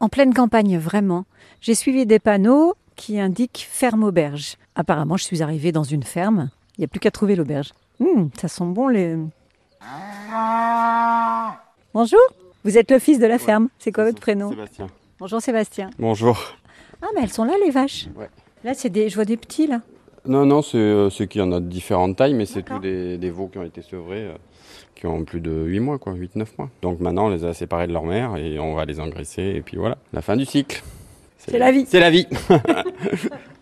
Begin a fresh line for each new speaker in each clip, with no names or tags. en pleine campagne vraiment, j'ai suivi des panneaux qui indiquent ferme auberge. Apparemment, je suis arrivée dans une ferme. Il n'y a plus qu'à trouver l'auberge. Hum, ça sent bon les. Bonjour. Vous êtes le fils de la ferme. C'est quoi votre prénom
Sébastien.
Bonjour Sébastien.
Bonjour.
Ah mais elles sont là les vaches.
Ouais.
Là c'est des, je vois des petits là.
Non, non, c'est euh, ceux qui en ont différentes tailles, mais c'est
D'accord.
tous des, des veaux qui ont été sevrés, euh, qui ont plus de 8 mois, quoi, 8-9 mois. Donc maintenant, on les a séparés de leur mère et on va les engraisser, et puis voilà, la fin du cycle.
C'est la vie.
C'est la vie.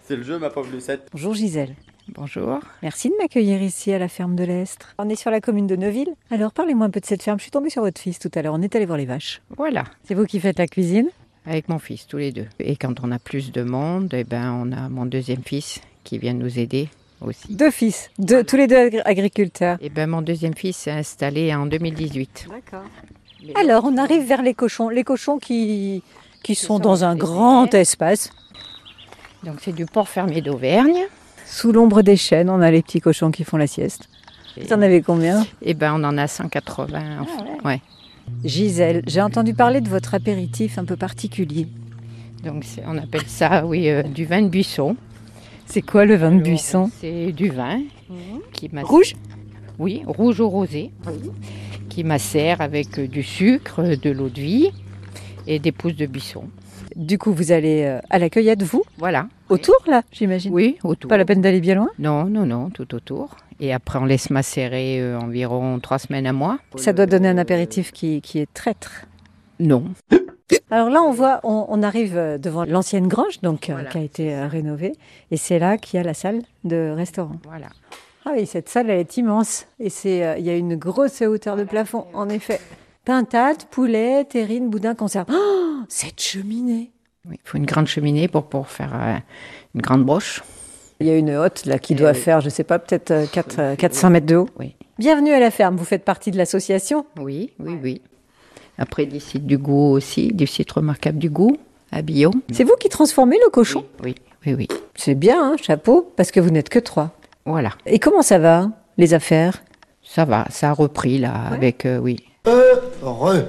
c'est le jeu, ma pauvre Lucette.
Bonjour Gisèle.
Bonjour.
Merci de m'accueillir ici à la ferme de l'Estre. On est sur la commune de Neuville. Alors parlez-moi un peu de cette ferme. Je suis tombée sur votre fils tout à l'heure. On est allé voir les vaches.
Voilà,
C'est vous qui faites la cuisine
avec mon fils, tous les deux. Et quand on a plus de monde, eh ben, on a mon deuxième fils qui vient nous aider aussi.
Deux fils, deux, tous les deux agri- agriculteurs.
Et ben, mon deuxième fils s'est installé en 2018.
D'accord. Alors on arrive vers les cochons. Les cochons qui, qui sont dans un grand espace.
Donc c'est du port fermier d'Auvergne.
Sous l'ombre des chênes, on a les petits cochons qui font la sieste.
Et,
Vous en avez Ah combien
eh ben, on en a 180. enfin, ouais.
Gisèle, j'ai entendu parler de votre apéritif un peu particulier.
Donc c'est- on appelle ça, oui, euh, du vin de buisson.
C'est quoi le vin de
Alors, euh,
buisson Mhm.
C'est du vin qui macère.
Rouge
Oui, rouge au rosé. Qui macère avec euh, du sucre, euh, de l'eau de vie et des pousses de buisson.
Du coup, vous allez euh, à la cueillette, vous
Voilà.
Autour, là, j'imagine
Oui, autour.
Pas la peine d'aller bien loin
Non, non, non, tout autour. Et après, on laisse macérer euh, environ trois semaines à mois.
Ça doit donner un apéritif qui, qui est traître.
Non.
Alors là, on voit, on, on arrive euh, devant l'ancienne grange, donc euh,
Voilà.
qui a été euh, rénovée, et c'est là qu'il y a la salle de restaurant.
Voilà.
Ah oui, cette salle, elle est immense, et c'est, euh, il y a une grosse hauteur de plafond, en effet. Pintade, poulet, terrine, boudin, conserve. Oh, cette cheminée
Oui, Il faut une grande cheminée pour, pour faire euh, une grande broche.
Il y a une hotte là qui
Eh
doit
oui.
faire, je sais pas, peut-être euh, 400 mètres de haut.
Oui.
Bienvenue à la ferme, vous faites partie de l'association.
Oui, oui, oui. Après, des sites du goût aussi, des sites remarquables du goût à Billon.
C'est vous qui transformez le cochon
Oui, oui, oui.
C'est bien, hein, chapeau, parce que vous n'êtes que trois.
Voilà.
Et comment ça va, les affaires
Ça va, ça a repris là avec, euh, oui,
Heureux.